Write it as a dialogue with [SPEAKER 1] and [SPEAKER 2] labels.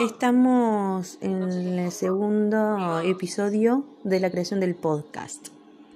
[SPEAKER 1] Estamos en el segundo episodio de la creación del podcast.